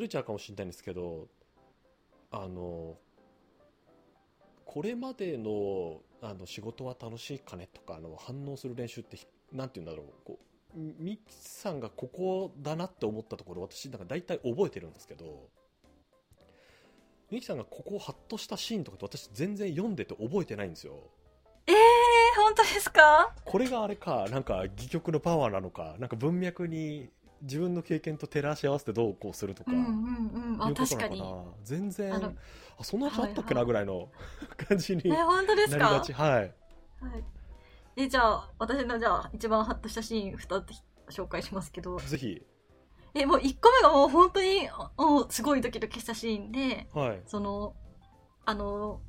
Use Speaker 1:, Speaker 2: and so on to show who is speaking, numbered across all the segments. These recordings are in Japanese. Speaker 1: れちゃうかもしれないんですけどあのこれまでのあの仕事は楽しいかねとかあの反応する練習ってひなんて言うんだろうこうミキさんがここだなって思ったところ私なんか大体覚えてるんですけどミキさんがここをハッとしたシーンとかって私全然読んでて覚えてないんですよ
Speaker 2: えー、本当ですか
Speaker 1: これがあれかなんか戯曲のパワーなのかなんか文脈に自分の経験と照らし合わせてどうこうするとか、
Speaker 2: うんうんうん。
Speaker 1: い
Speaker 2: あ、
Speaker 1: うこと
Speaker 2: 確
Speaker 1: な
Speaker 2: か
Speaker 1: の
Speaker 2: に。
Speaker 1: か
Speaker 2: え
Speaker 1: な全然
Speaker 2: あ
Speaker 1: あ
Speaker 2: の
Speaker 1: そんな話あったっけな、
Speaker 2: はいはい
Speaker 1: ぐらいの 感じにな
Speaker 2: 本当です
Speaker 1: り
Speaker 2: か
Speaker 1: がちはい
Speaker 2: はい。え、じゃあ、私のじゃあ、一番ハッとしたシーン2つ紹介しますけど、
Speaker 1: ぜひ
Speaker 2: え、もう1個目がもう本当に、おおすごいドキドキしたシーンで、
Speaker 1: はい
Speaker 2: その、あの、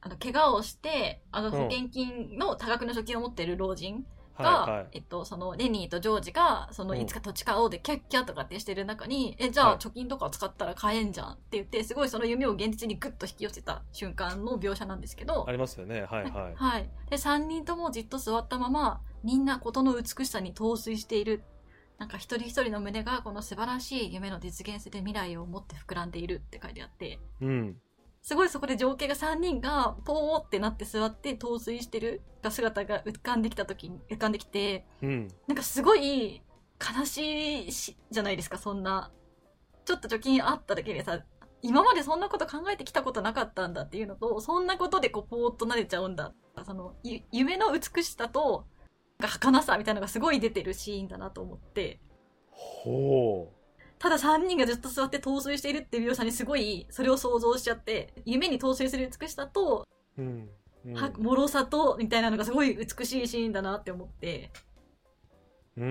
Speaker 2: あの、怪我をして、あの、
Speaker 1: ん
Speaker 2: 保険金の多額の貯金を持っている老人が、
Speaker 1: はいはい
Speaker 2: えっと、その、レニーとジョージが、その、
Speaker 1: うん
Speaker 2: いつか土地買おうで、キャッキャとかってしてる中に、え、じゃ
Speaker 1: はい
Speaker 2: あ、貯金とか使ったら買えんじゃんって言って、すごいその夢を現実にグッと引き寄せた瞬間の描写なんですけど、
Speaker 1: ありますよねはいはい、
Speaker 2: はい。で、3人ともじっと座ったまま、みんなことの美しさに陶酔している。なんか一人一人の胸がこの素晴らしい夢の実現性で未来を持って膨らんでいるって書いてあって、
Speaker 1: うん
Speaker 2: すごいそこで情景が3人がポーってなって座って陶酔してるが姿が浮かんできた時に、浮かんできて、
Speaker 1: うん
Speaker 2: なんかすごい悲しいしじゃないですか、そんな。ちょっと貯金あっただけでさ、今までそんなこと考えてきたことなかったんだっていうのと、そんなことでこう、ぽーっとなれちゃうんだ。その、ゆ夢の美しさと、なんか儚さみたいなのがすごい出てるシーンだなと思って、
Speaker 1: ほ
Speaker 2: ただ3人がずっと座って陶酔しているっていう描写にすごい、それを想像しちゃって、夢に陶酔する美しさと、
Speaker 1: ううん、うん
Speaker 2: は脆さと、みたいなのがすごい美しいシーンだなって思って、
Speaker 1: うん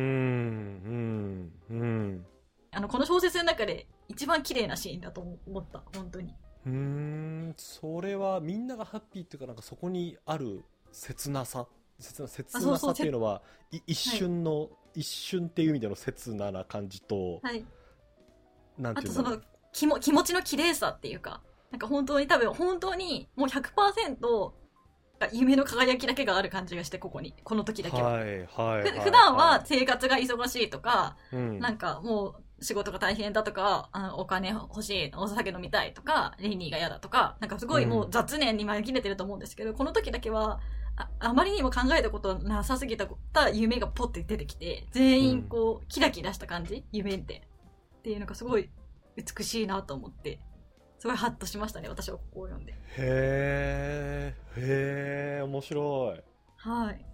Speaker 1: うんうん
Speaker 2: あの、この小説の中で一番綺麗なシーンだと思った、本当に。
Speaker 1: うーんそれはみんながハッピーっていうかなんかそこにある切なさ切な切なさっていうのはいう一瞬の、一瞬っていう意味での切なな感じと、
Speaker 2: はい。
Speaker 1: なん
Speaker 2: あ
Speaker 1: てい
Speaker 2: と
Speaker 1: うん
Speaker 2: そ
Speaker 1: だろ
Speaker 2: の
Speaker 1: う
Speaker 2: 気も、気持ちの綺麗さっていうか、なんか本当に多分、本当にもう100%、夢の輝きだけがある感じがして、ここに。この時だけは。
Speaker 1: はいはいはい
Speaker 2: ふ普段はい生活が忙しいとか、
Speaker 1: うん
Speaker 2: なんかもう仕事が大変だとか、あのお金欲しい、お酒飲みたいとか、レニーが嫌だとか、なんかすごいもう雑念に紛れてると思うんですけど、この時だけは、ああまりにも考えたことなさすぎた夢がポッて出てきて、全員こう、キラキラした感じ夢って。っていうのがすごい美しいなと思って、すごいハッとしましたね、私はここを読んで。
Speaker 1: へえへえ面白い
Speaker 2: はい。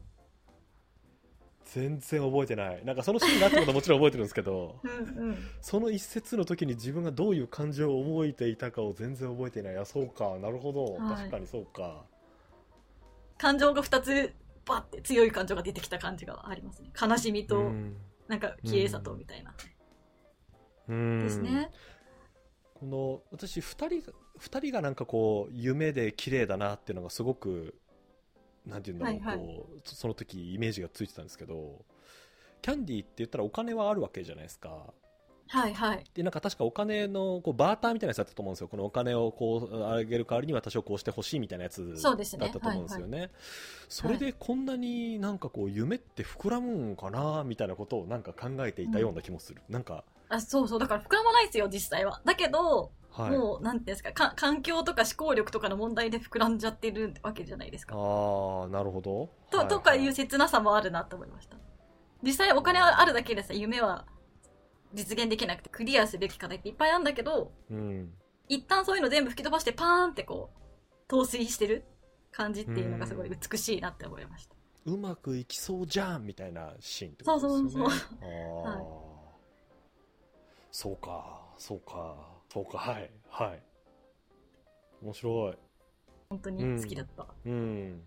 Speaker 1: 全然覚えてないなんかそのシーンがあったことはもちろん覚えてるんですけ ど
Speaker 2: うんうん。
Speaker 1: その一節の時に自分がどういう感情を覚えていたかを全然覚えてないあそうかなるほど、
Speaker 2: はい
Speaker 1: 確かにそうか
Speaker 2: 感情が2つ、バッて強い感情が出てきた感じがありますね。悲しみと、
Speaker 1: うん
Speaker 2: なんか綺麗さと、みたいな。
Speaker 1: うん
Speaker 2: ですね。
Speaker 1: この私2人が二人がなんかこう夢で綺麗だなっていうのがすごくなんていうんだろう,、
Speaker 2: はいはい
Speaker 1: こうそその時イメージがついてたんですけどキャンディーって言ったらお金はあるわけじゃないですか
Speaker 2: はいはい。
Speaker 1: でなんか確かお金のこうバーターみたいなやつだったと思うんですよこのお金をこうあげる代わりに私をこうしてほしいみたいなやつだ
Speaker 2: そうですね
Speaker 1: ったと思うんですよねそれでこんなになんかこう夢って膨らむんかなみたいなことをなんか考えていたような気もする、なんか
Speaker 2: あ、そうそう。だから膨らまないですよ、実際は。だけど、
Speaker 1: はい
Speaker 2: もう、なんていうんですかか、環境とか思考力とかの問題で膨らんじゃってるわけじゃないですか。
Speaker 1: ああなるほど
Speaker 2: と、
Speaker 1: はい
Speaker 2: とかいう切なさもあるなと思いました。実際お金はあるだけでさ、夢は実現できなくて、クリアすべき課題っていっぱいなんだけど、
Speaker 1: うん
Speaker 2: 一旦そういうの全部吹き飛ばして、パーンってこう、陶酔してる感じっていうのがすごい美しいなって思いました。
Speaker 1: うまくいきそうじゃんみたいなシーンってことですよね
Speaker 2: そうそう
Speaker 1: あー
Speaker 2: はい
Speaker 1: そうかそうかそうかはいはい面白
Speaker 2: 本当に好きだった。
Speaker 1: いうん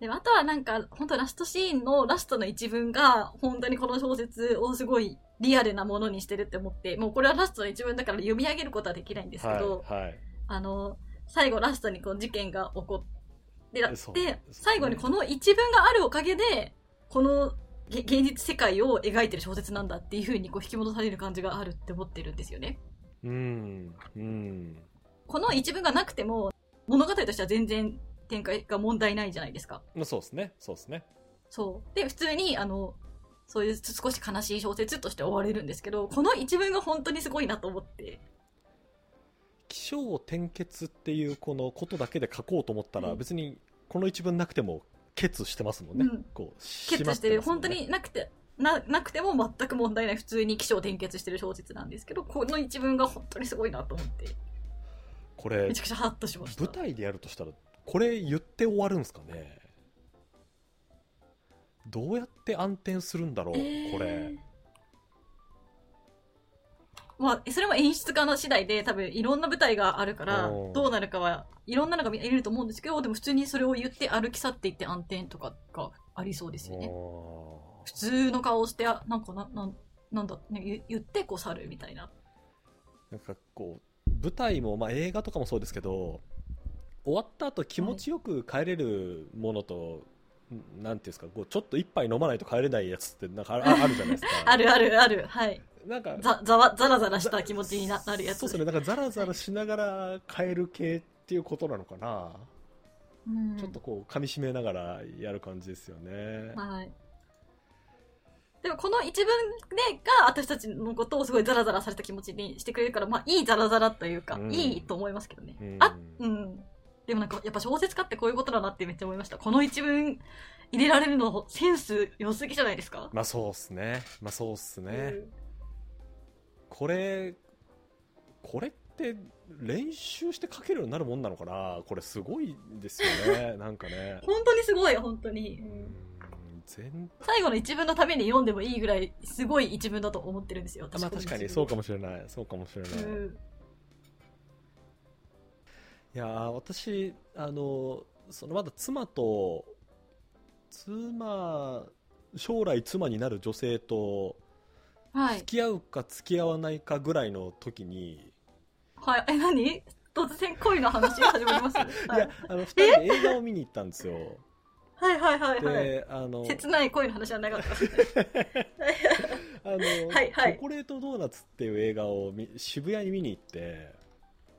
Speaker 2: でもあとはなんか、本当ラストシーンのラストの一文が、本当にこの小説をすごいリアルなものにしてるって思って、もうこれはラストの一文だから読み上げることはできないんですけど、
Speaker 1: はいはい
Speaker 2: あの、最後ラストにこう事件が起こって、ら
Speaker 1: そう
Speaker 2: で、
Speaker 1: そう
Speaker 2: 最後にこの一文があるおかげで、このげ現実世界を描いてる小説なんだっていうふうにこう引き戻される感じがあるって思ってるんですよね。
Speaker 1: うんうん
Speaker 2: この一文がなくても、物語としては全然展開が問題ないじゃないですか。
Speaker 1: まあそうですねそうですね
Speaker 2: そう。で、普通に、あの、そういう少し悲しい小説として終われるんですけど、この一文が本当にすごいなと思って。
Speaker 1: 起承転結っていうこのことだけで書こうと思ったら、
Speaker 2: うん
Speaker 1: 別にこの一文なくても決してますもんね、
Speaker 2: うん
Speaker 1: こう決
Speaker 2: 決意してる、本当になくて、な、なくても全く問題ない普通に起承転結してる小説なんですけど、この一文が本当にすごいなと思って、
Speaker 1: これ
Speaker 2: めちゃくちゃハッとしました。
Speaker 1: 舞台でやるとしたらこれ言って終わるんですかねどうやって暗転するんだろう、
Speaker 2: えー
Speaker 1: これ
Speaker 2: まあ、それも演出家の次第で多分いろんな舞台があるから
Speaker 1: おー
Speaker 2: どうなるかはいろんなのが見れると思うんですけどでも普通にそれを言って歩き去っていって暗転とかがありそうですよね
Speaker 1: もう
Speaker 2: 普通の顔をしてあなんかななんなんだ、ね、言言ってこう去るみたいな
Speaker 1: なんかこう舞台も、まあ、映画とかもそうですけど終わった後気持ちよく帰れるものと、んなんていうんですかこうちょっと一杯飲まないと帰れないやつってなんかああ あるじゃないですか
Speaker 2: あるあるあるはい
Speaker 1: なんか
Speaker 2: ざざわざらざらした気持ちにななるやつ
Speaker 1: そうですねなんかザラザラしながら帰る系っていうことなのかな、
Speaker 2: うん
Speaker 1: ちょっとこう噛み締めながらやる感じですよね、
Speaker 2: はい。でもこの一文でが私たちのことをすごいザラザラされた気持ちにしてくれるから、まあいいザラザラというか、
Speaker 1: うん
Speaker 2: いいと思いますけどね。
Speaker 1: うん
Speaker 2: あ、うん。でもなんかやっぱ小説家ってこういうことだなってめっちゃ思いました。この一文入れられるのセンス良すぎじゃないですか
Speaker 1: まあそうっすねまあそうっすね、
Speaker 2: うん
Speaker 1: これこれって練習して書けるようになるもんなのかなこれすごいですよ ねなんかね
Speaker 2: 本当にすごい、本当に。う
Speaker 1: うんん全
Speaker 2: 最後の一文のために読んでもいいぐらい、すごい一文だと思ってるんですよ。
Speaker 1: まあ確かにそうかもしれないそうかもしれない、
Speaker 2: う
Speaker 1: い
Speaker 2: ん
Speaker 1: やー私あのそのまだ妻と妻将来妻になる女性と
Speaker 2: は
Speaker 1: 付
Speaker 2: い。
Speaker 1: き合うか付き合わないかぐらいの時に、
Speaker 2: はい。え、何突然恋の話が始まります、
Speaker 1: い、やあの2人で映画を見に行ったんですよ
Speaker 2: はいはいはいはい。
Speaker 1: であの
Speaker 2: 切ない恋の話はなかった。
Speaker 1: あの、
Speaker 2: はいはい
Speaker 1: チョコレートドーナツっていう映画をみ渋谷に見に行って、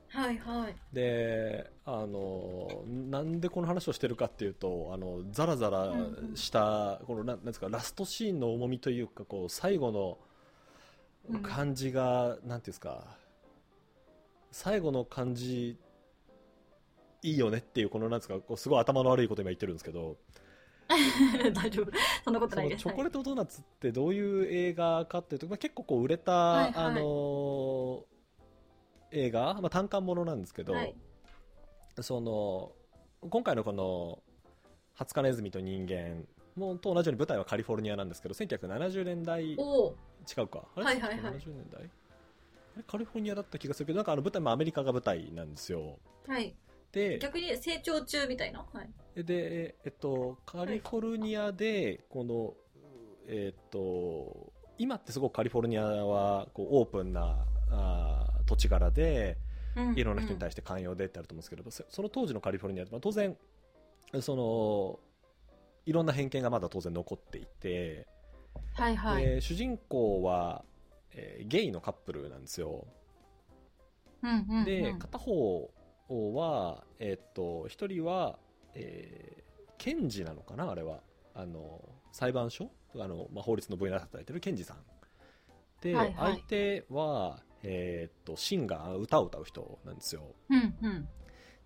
Speaker 2: はいはい。
Speaker 1: で、あの、なんでこの話をしてるかっていうと、あの、ザラザラ
Speaker 2: うんうん
Speaker 1: した、この、なんなんですか、ラストシーンの重みというか、こう、最後の
Speaker 2: うん
Speaker 1: 感じが、なんていうんですか、最後の感じ、いいよねっていう、この、なんですか、こうすごい頭の悪いこと今言ってるんですけど、
Speaker 2: 大丈夫。そんなこと
Speaker 1: そ
Speaker 2: ない
Speaker 1: の
Speaker 2: で
Speaker 1: チ
Speaker 2: す。は
Speaker 1: ョ
Speaker 2: い
Speaker 1: コレートドーナツってどういう映画かっていうと、まあ、結構こう売れた、
Speaker 2: いはい
Speaker 1: あのー映画、まあ、単館ものなんですけど、
Speaker 2: はい
Speaker 1: その今回のこの「ハツカネズミと人間」もと同じように舞台はカリフォルニアなんですけど1970年代違
Speaker 2: おう
Speaker 1: うかあれ、
Speaker 2: はいはいはい
Speaker 1: 1970年代あれカリフォルニアだった気がするけどなんかあの舞台もアメリカが舞台なんですよ
Speaker 2: はい。
Speaker 1: で
Speaker 2: 逆に成長中みたいな。はい。
Speaker 1: で、えっと、カリフォルニアで、この、えっと、今ってすごくカリフォルニアはこうオープンなあー土地柄で、いろんな人に対して寛容でってあると思うんですけど、そその当時のカリフォルニアって、まあ、当然、その、いろんな偏見がまだ当然残っていて、
Speaker 2: して。はいはい。
Speaker 1: で主人公は、えーゲイのカップルなんですよ。
Speaker 2: うんうんうん
Speaker 1: で、片方は、えっと、一人は、えー検事なのかなあれは。あの、裁判所あの、まあ、法律の分野で働いてる検事さん。で、
Speaker 2: はいはい
Speaker 1: 相手は、えっと、シンガー、歌を歌う人なんですよ。
Speaker 2: うんうん。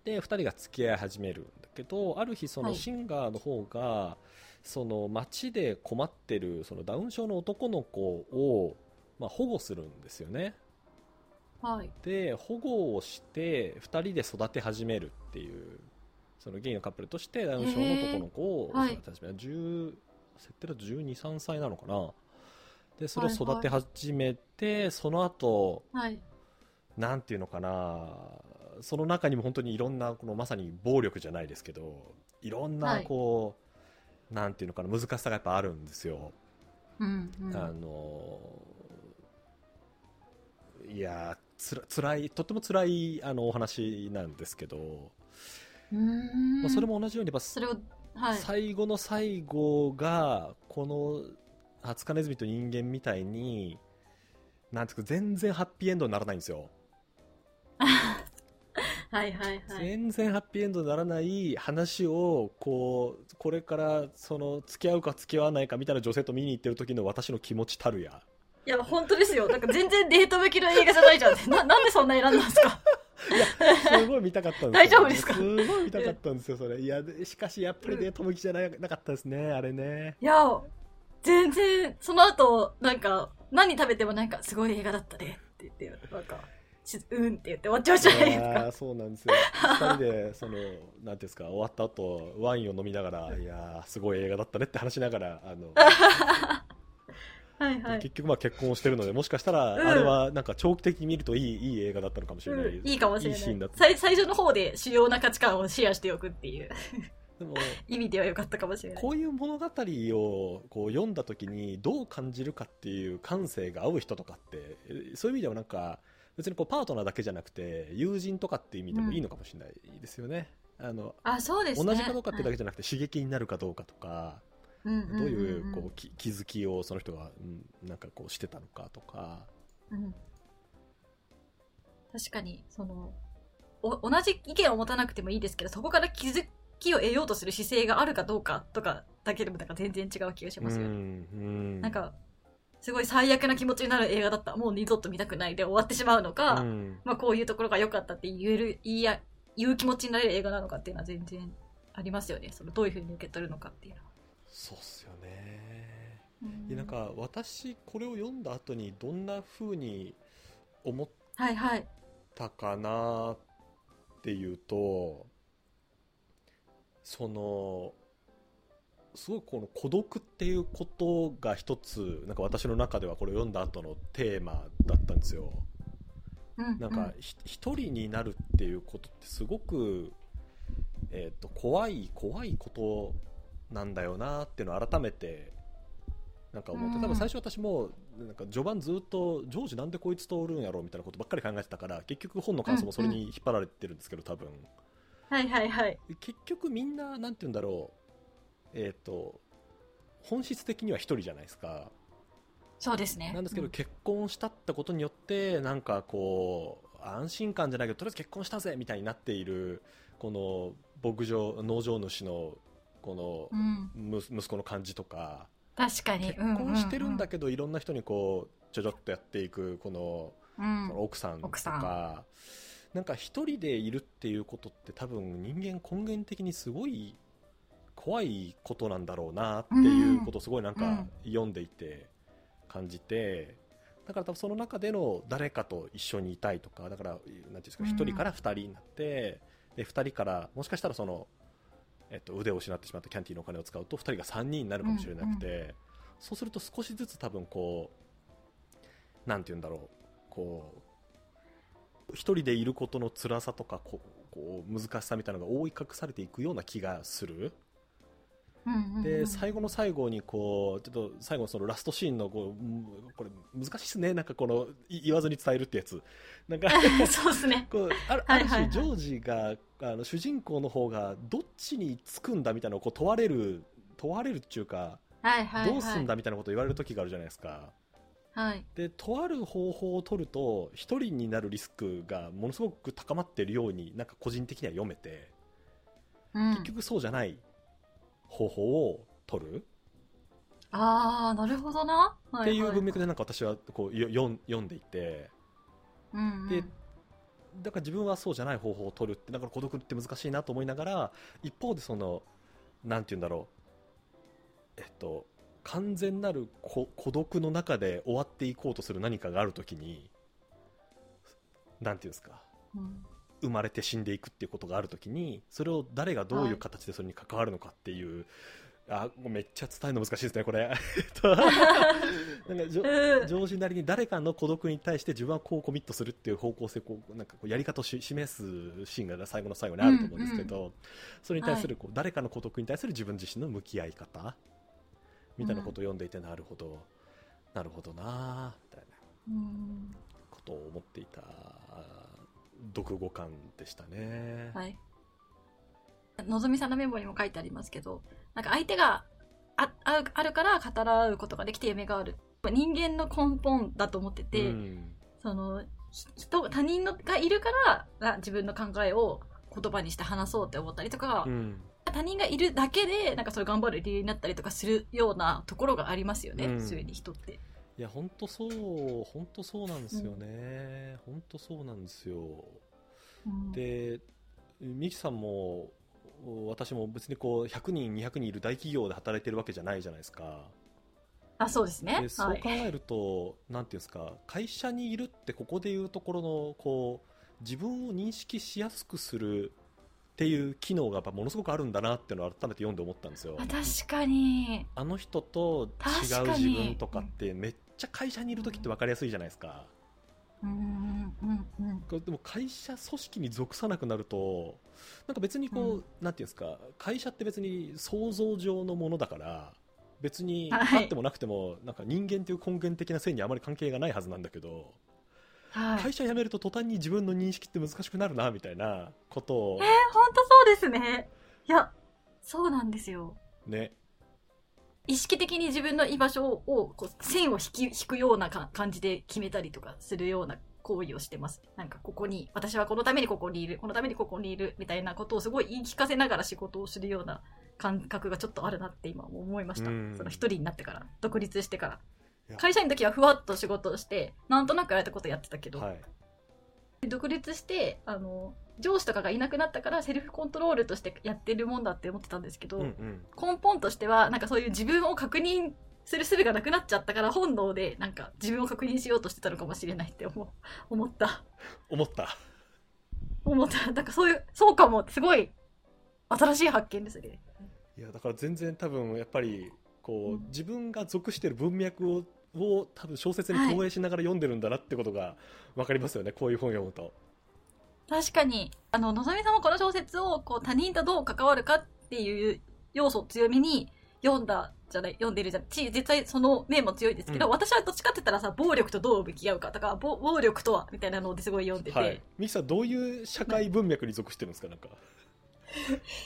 Speaker 1: で、二人が付き合い始めるんだけど、ある日、そ
Speaker 2: は
Speaker 1: の
Speaker 2: い
Speaker 1: シンガーの方が、その街で困ってる、そのダウン症の男の子を、まあ、保護するんですよね。
Speaker 2: はい。
Speaker 1: で保護をして2人で育て始めるっていうそのゲイのカップルとしてダウン症の男の子を
Speaker 2: へーはい
Speaker 1: 育て始める、10設定だと1 2 3歳なのかなでそれを育て始めて、その後
Speaker 2: はい。
Speaker 1: なんていうのかなその中にも本当にいろんなこのまさに暴力じゃないですけどいろん
Speaker 2: は
Speaker 1: ないこう、なんていうのかな難しさがやっぱあるんですよ。
Speaker 2: うんうん。
Speaker 1: あのーいやーつら辛いとっても辛いあのお話なんですけど、
Speaker 2: うーん
Speaker 1: まあ、それ。も同じようにやっぱ
Speaker 2: それを、はい。
Speaker 1: 最後の最後がこの「ハツカネズミと人間」みたいになんていうか全然ハッピーエンドにならないんですよ。
Speaker 2: はいはいはい。
Speaker 1: 全然ハッピーエンドにならない話をこうこれからその付き合うか付き合わないかみたいな女性と見に行ってる時の私の気持ちたるや
Speaker 2: いや、本当ですよ。なんか全然デート向きの映画じゃないじゃん。 な、なんでそんな選んだんですか
Speaker 1: すごい見たかったんですよ
Speaker 2: 大丈夫ですか
Speaker 1: すごい見たかったんですよそれいやでしかしやっぱりね友樹じゃななかったですねあれね
Speaker 2: いや、全然、その後、なんか、何食べてもなんか、すごい映画だったねって言って、なんか、しうんって言って終わっちゃうじゃないです
Speaker 1: い
Speaker 2: か。
Speaker 1: やーそうなんですよ2人でそのなんていうんですか終わった後ワインを飲みながらいやーすごい映画だったねって話しながらあの
Speaker 2: はいはい。
Speaker 1: 結局まあ結婚をしてるのでもしかしたら
Speaker 2: うん
Speaker 1: あれはなんか長期的に見るといい,、いい映画だったのかもしれない、
Speaker 2: うんいいかもしれ
Speaker 1: シーンだ
Speaker 2: な
Speaker 1: った
Speaker 2: い最最初の方で主要な価値観をシェアしておくっていう
Speaker 1: でも
Speaker 2: 意味では良かったかもしれない
Speaker 1: こういう物語をこう読んだ時にどう感じるかっていう感性が合う人とかってえそういう意味ではなんか別にこうパートナーだけじゃなくて友人とかっていう意味でもいいのかもしれないですよね。あの
Speaker 2: あそうですね
Speaker 1: 同じかどうかってだけ
Speaker 2: け、
Speaker 1: じゃなくて刺激になるかどうかとか、
Speaker 2: はいんんん
Speaker 1: どういう
Speaker 2: ん
Speaker 1: こうき気づきをその人が、うん、なんかこうしてたのかとか、
Speaker 2: うん確かにそのお同じ意見を持たなくてもいいですけどそこから気づきを得ようとする姿勢があるかどうかとかだけでもなんか全然違う気がしますよね、
Speaker 1: ん
Speaker 2: なんかすごい最悪な気持ちになる映画だったもう二度と見たくないで終わってしまうのか、
Speaker 1: うん
Speaker 2: まあ、こういうところが良かったって言える言いや言う気持ちになれる映画なのかっていうのは全然ありますよねそのどういうふうに受け取るのかっていうのは。
Speaker 1: そうっすよね。
Speaker 2: う
Speaker 1: でなんか私これを読んだ後にどんな風に思っ
Speaker 2: はいはい
Speaker 1: たかなっていうとそのすごいこの孤独っていうことが一つなんか私の中ではこれを読んだ後のテーマだったんですよ。
Speaker 2: う
Speaker 1: なんかひ一人になるっていうことってすごく、えー、と怖い怖いことなんだよなっていうのを改めてなんか思って、
Speaker 2: うん
Speaker 1: 多分最初私もなんか序盤ずっとジョージなんでこいつとおるんやろうみたいなことばっかり考えてたから結局本の感想もそれに引っ張られてるんですけど多分
Speaker 2: はいはいはい
Speaker 1: 結局みんななんて言うんだろうえっ、と本質的には一人じゃないですか。
Speaker 2: そうですね
Speaker 1: なんですけど、
Speaker 2: う
Speaker 1: 結婚したってことによってなんかこう安心感じゃないけどとりあえず結婚したぜみたいになっているこの牧場農場主のこ
Speaker 2: うんうん
Speaker 1: のむ息子の感じとか
Speaker 2: 確かに
Speaker 1: 結婚してるんだ
Speaker 2: け
Speaker 1: けどいろんな人にこうちょちょっとやっていくこの
Speaker 2: ど、う
Speaker 1: そ
Speaker 2: ん
Speaker 1: の奥さんと
Speaker 2: 奥さ
Speaker 1: かなんか一人でいるっていうことって多分人間根源的にすごい怖いことなんだろうなっていうことをすごいなんか読んでいて感じて、だから多分その中での誰かと一緒にいたいとかだからなんていうんですか
Speaker 2: うん
Speaker 1: 一人から二人になってで二人からもしかしたらその、えっと、腕を失ってしまったキャンティーのお金を使うと二人が三人になるかもしれなくて、そうすると少しずつ多分こうなんて言うんだろうこう一人でいることの辛さとかここう難しさみたいなのが覆い隠されていくような気がする。
Speaker 2: うんうんうん
Speaker 1: で最後の最後にこうちょっと最後のそのラストシーンのこううんこれ難しいですねなんかこのい言わずに伝えるってやつなんか
Speaker 2: そうですね
Speaker 1: こうあるあ
Speaker 2: はい
Speaker 1: る
Speaker 2: はいは
Speaker 1: 種
Speaker 2: い
Speaker 1: ジョージがあの主人公の方がどっちにつくんだみたいなのをこう問われる問われるっていうか
Speaker 2: はいはい、はい、
Speaker 1: どうすんだみたいなことを言われる時があるじゃないですか。
Speaker 2: はい
Speaker 1: でとある方法を取ると一人になるリスクがものすごく高まっているようになんか個人的には読めて
Speaker 2: うん
Speaker 1: 結局そうじゃない方法を取る
Speaker 2: ああなるほどな、
Speaker 1: っ
Speaker 2: は
Speaker 1: て
Speaker 2: い
Speaker 1: い
Speaker 2: は
Speaker 1: う文脈でなんか私はこうよ読ん読んでいて
Speaker 2: うんうん
Speaker 1: でだから自分はそうじゃない方法を取るってだから孤独って難しいなと思いながら一方でそのなんて言うんだろうえっと完全なるこ孤独の中で終わっていこうとする何かがあるときになんて言うんですか
Speaker 2: うん
Speaker 1: 生まれて死んでいくっていうことがあるときにそれを誰がどういう形でそれに関わるのかっていう、あもうめっちゃ伝えるの難しいですねこれ えっとなんかじょ
Speaker 2: うん
Speaker 1: 上司なりに誰かの孤独に対して自分はこうコミットするっていう方向性こうなんかこうやり方をし示すシーンが最後の最後にあると思うんですけど、それに対するこう、誰かの孤独に対する自分自身の向き合い方みたいなことを読んでいて、なるほどなるほどなーみたいな
Speaker 2: うん
Speaker 1: ことを思っていた読後感でしたね。
Speaker 2: はい。のぞみさんのメモにも書いてありますけど、なんか相手がああるあるから語らうことができて夢がある。人間の根本だと思ってて、
Speaker 1: うん
Speaker 2: そのひ人他人のがいるからな自分の考えを言葉にして話そうって思ったりとか、
Speaker 1: うん
Speaker 2: 他人がいるだけでなんかそれ頑張る理由になったりとかするようなところがありますよね、
Speaker 1: うん
Speaker 2: すでに人って。
Speaker 1: いや本当そう本当そうなんですよね、本当そうなんですよ
Speaker 2: うん
Speaker 1: でミキさんも私も別にこう100人200人いる大企業で働いてるわけじゃないじゃないですか
Speaker 2: あそうですね。
Speaker 1: でそう
Speaker 2: はい
Speaker 1: 考えると、なんていうんですか会社にいるってここでいうところのこう自分を認識しやすくするっていう機能がやっぱものすごくあるんだなっていうのを改めて読んで思ったんですよ
Speaker 2: あ確かに
Speaker 1: あの人と違
Speaker 2: 確
Speaker 1: う
Speaker 2: かに
Speaker 1: 自分とかってめっちゃ会社にいる時って分かりやすいじゃないですか
Speaker 2: うんうんうんうん
Speaker 1: これでも会社組織に属さなくなるとなんか別にこう、
Speaker 2: うん
Speaker 1: なんていうんですか会社って別に想像上のものだから別に
Speaker 2: は
Speaker 1: あ
Speaker 2: い
Speaker 1: ってもなくても、なんか人間という根源的な性にあまり関係がないはずなんだけど、
Speaker 2: はい、
Speaker 1: 会社辞めると途端に自分の認識って難しくなるなみたいなことを
Speaker 2: えー、本当そうですね。いや、そうなんですよ。
Speaker 1: ね、
Speaker 2: 意識的に自分の居場所を、こう、線を引き、引くようなか感じで決めたりとかするような行為をしてます。なんか、ここに、私はこのためにここにいる、このためにここにいる、みたいなことをすごい言い聞かせながら仕事をするような感覚がちょっとあるなって今思いました。
Speaker 1: うん
Speaker 2: その一人になってから、独立してか
Speaker 1: いや
Speaker 2: ら。会社員の時はふわっと仕事をして、なんとなくやれたことやってたけど、
Speaker 1: はい、
Speaker 2: 独立してあの上司とかがいなくなったからセルフコントロールとしてやってるもんだって思ってたんですけど、
Speaker 1: うんうん、
Speaker 2: 根本としてはなんかそういう自分を確認する術がなくなっちゃったから本能でなんか自分を確認しようとしてたのかもしれないって思う 思った
Speaker 1: 思った
Speaker 2: 思ったなんかそういうそうかもすごい新しい発見ですね。
Speaker 1: いやだから全然多分やっぱりこう、
Speaker 2: うん
Speaker 1: 自分が属している文脈をを多分小説に投影しながら読んでるんだなってことが分かりますよね、こういう本読むと。
Speaker 2: 確かにあののぞみさんもこの小説をこう他人とどう関わるかっていう要素を強みに読んだじゃない読んでるじゃんし絶対その面も強いですけど、
Speaker 1: うん
Speaker 2: 私はどっちかって言ったらさ暴力とどう向き合うかとか暴暴力とはみたいなのですごい読んでて、
Speaker 1: はいい、ミキさんどういう社会文脈に属してるんですかなんか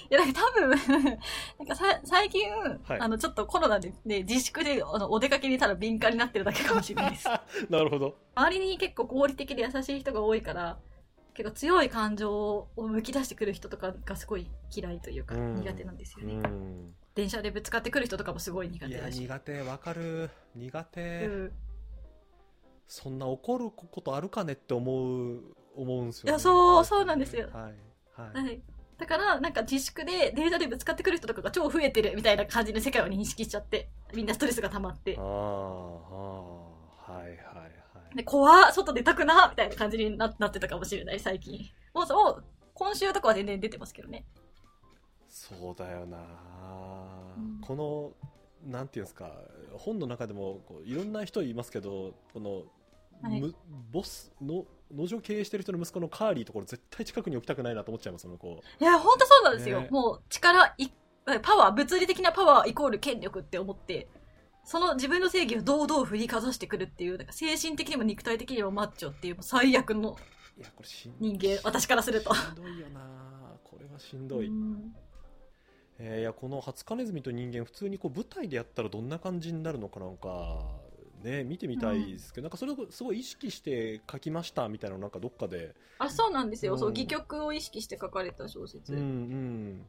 Speaker 2: やなんか多分 なんかさ最近、
Speaker 1: はい
Speaker 2: あのちょっとコロナで、ね、自粛であのお出かけにただ敏感になってるだけかもしれないです
Speaker 1: なるほど
Speaker 2: 周りに結構合理的で優しい人が多いから結構強い感情をむき出してくる人とかがすごい嫌いというか、
Speaker 1: うん
Speaker 2: 苦手なんですよね。
Speaker 1: ん
Speaker 2: 電車でぶつかってくる人とかもすごい苦
Speaker 1: い
Speaker 2: 手
Speaker 1: や
Speaker 2: だし。
Speaker 1: 苦手わかる苦
Speaker 2: う
Speaker 1: 手、
Speaker 2: ん、
Speaker 1: そんな怒ることあるかねって思う思うんですよ、ね、
Speaker 2: いやそうそうなんですよ
Speaker 1: はいはい、
Speaker 2: はい。だから、なんか自粛で電車でぶつかってくる人とかが超増えてるみたいな感じの世界を認識しちゃって、みんなストレスが溜まって
Speaker 1: あー、あーはいはいはい
Speaker 2: で、怖っ外出たくなみたいな感じにななってたかもしれない、最近。もうそう、今週とかは全然出てますけどね。
Speaker 1: そうだよな、
Speaker 2: うん
Speaker 1: このなんていうんですか本の中でもこういろんな人いますけどこの、
Speaker 2: はい
Speaker 1: むボスの農場経営してる人の息子のカーリーところ絶対近くに置きたくないなと思っちゃいますその子
Speaker 2: いや、ほんとそうなんですよ。
Speaker 1: ね
Speaker 2: もう力い、パワー、物理的なパワーイコール権力って思って、その自分の正義を堂々振りかざしてくるっていう、なんか精神的にも肉体的にもマッチョっていう、もう最悪の
Speaker 1: いやこれしん
Speaker 2: 人間私からすると
Speaker 1: しんどいよなこれはしんどい、
Speaker 2: うん
Speaker 1: えーいやこのハツカネズミと人間普通にこう舞台でやったらどんな感じになるのかなんかね見てみたいですけど、なんかそれをすごい意識して書きましたみたいなのなんかどっかで
Speaker 2: あそうなんですよ、
Speaker 1: うん
Speaker 2: そう戯曲を意識して書かれた小説、
Speaker 1: うんうん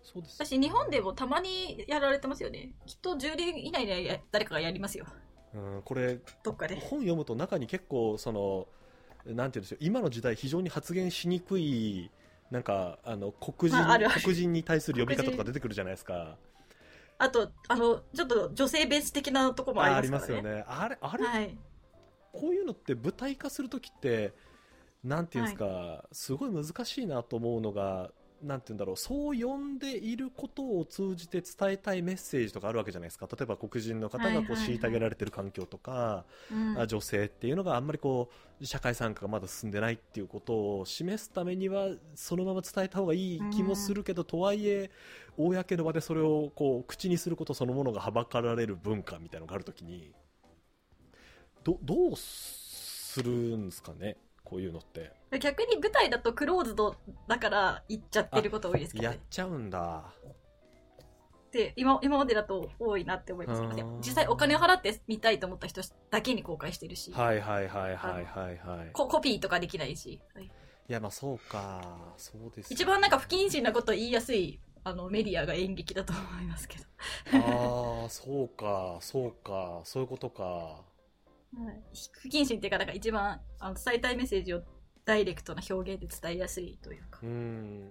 Speaker 1: そうです
Speaker 2: 私日本でもたまにやられてますよねきっと10年以内でや誰かがやりますよ
Speaker 1: うんこれ
Speaker 2: どっかで
Speaker 1: 本読むと中に結構そのなんていうんでしょう今の時代非常に発言しにくいなんかあの黒人、
Speaker 2: まああるある
Speaker 1: 黒人に対する呼び方
Speaker 2: 黒
Speaker 1: と
Speaker 2: 人
Speaker 1: か出てくるじゃないですか
Speaker 2: あとあのちょっと女性ベース的なとこも
Speaker 1: あ
Speaker 2: あ
Speaker 1: あ
Speaker 2: り
Speaker 1: り
Speaker 2: ま
Speaker 1: ますす
Speaker 2: から
Speaker 1: よ
Speaker 2: ね
Speaker 1: ねあれあれ、
Speaker 2: はい
Speaker 1: こういうのって舞台化する時ってなんていうんですか、すごい難しいなと思うのがなんて言うんだろうそう呼んでいることを通じて伝えたいメッセージとかあるわけじゃないですか例えば黒人の方がこ
Speaker 2: は
Speaker 1: う
Speaker 2: いはいはい
Speaker 1: 虐げられてる環境とか、
Speaker 2: うん
Speaker 1: あ女性っていうのがあんまりこう社会参加がまだ進んでないっていうことを示すためにはそのまま伝えた方がいい気もするけど、とはいえ公の場でそれをこう口にすることそのものがはばかられる文化みたいなのがあるときにどどうするんですかねこういうのって
Speaker 2: 逆に舞台だとクローズドだから言っちゃってること多いですけど
Speaker 1: やっ
Speaker 2: ね
Speaker 1: ちゃうんだ
Speaker 2: って今今までだと多いなって思います
Speaker 1: あー
Speaker 2: 実際お金を払って見たいと思った人だけに公開してるし、
Speaker 1: はいはいはいはいはいはい。
Speaker 2: ココピーとかできないし、はい
Speaker 1: いや、まあそうか。そうです、
Speaker 2: 一番なんか不謹慎なことを言いやすいあのメディアが演劇だと思いますけど、
Speaker 1: ああ、そうか、そうか、そういうことか。
Speaker 2: はい不謹慎っていうかなんか一番あの伝えたいメッセージをダイレクトな表現で伝えやすいというか
Speaker 1: うん、うん。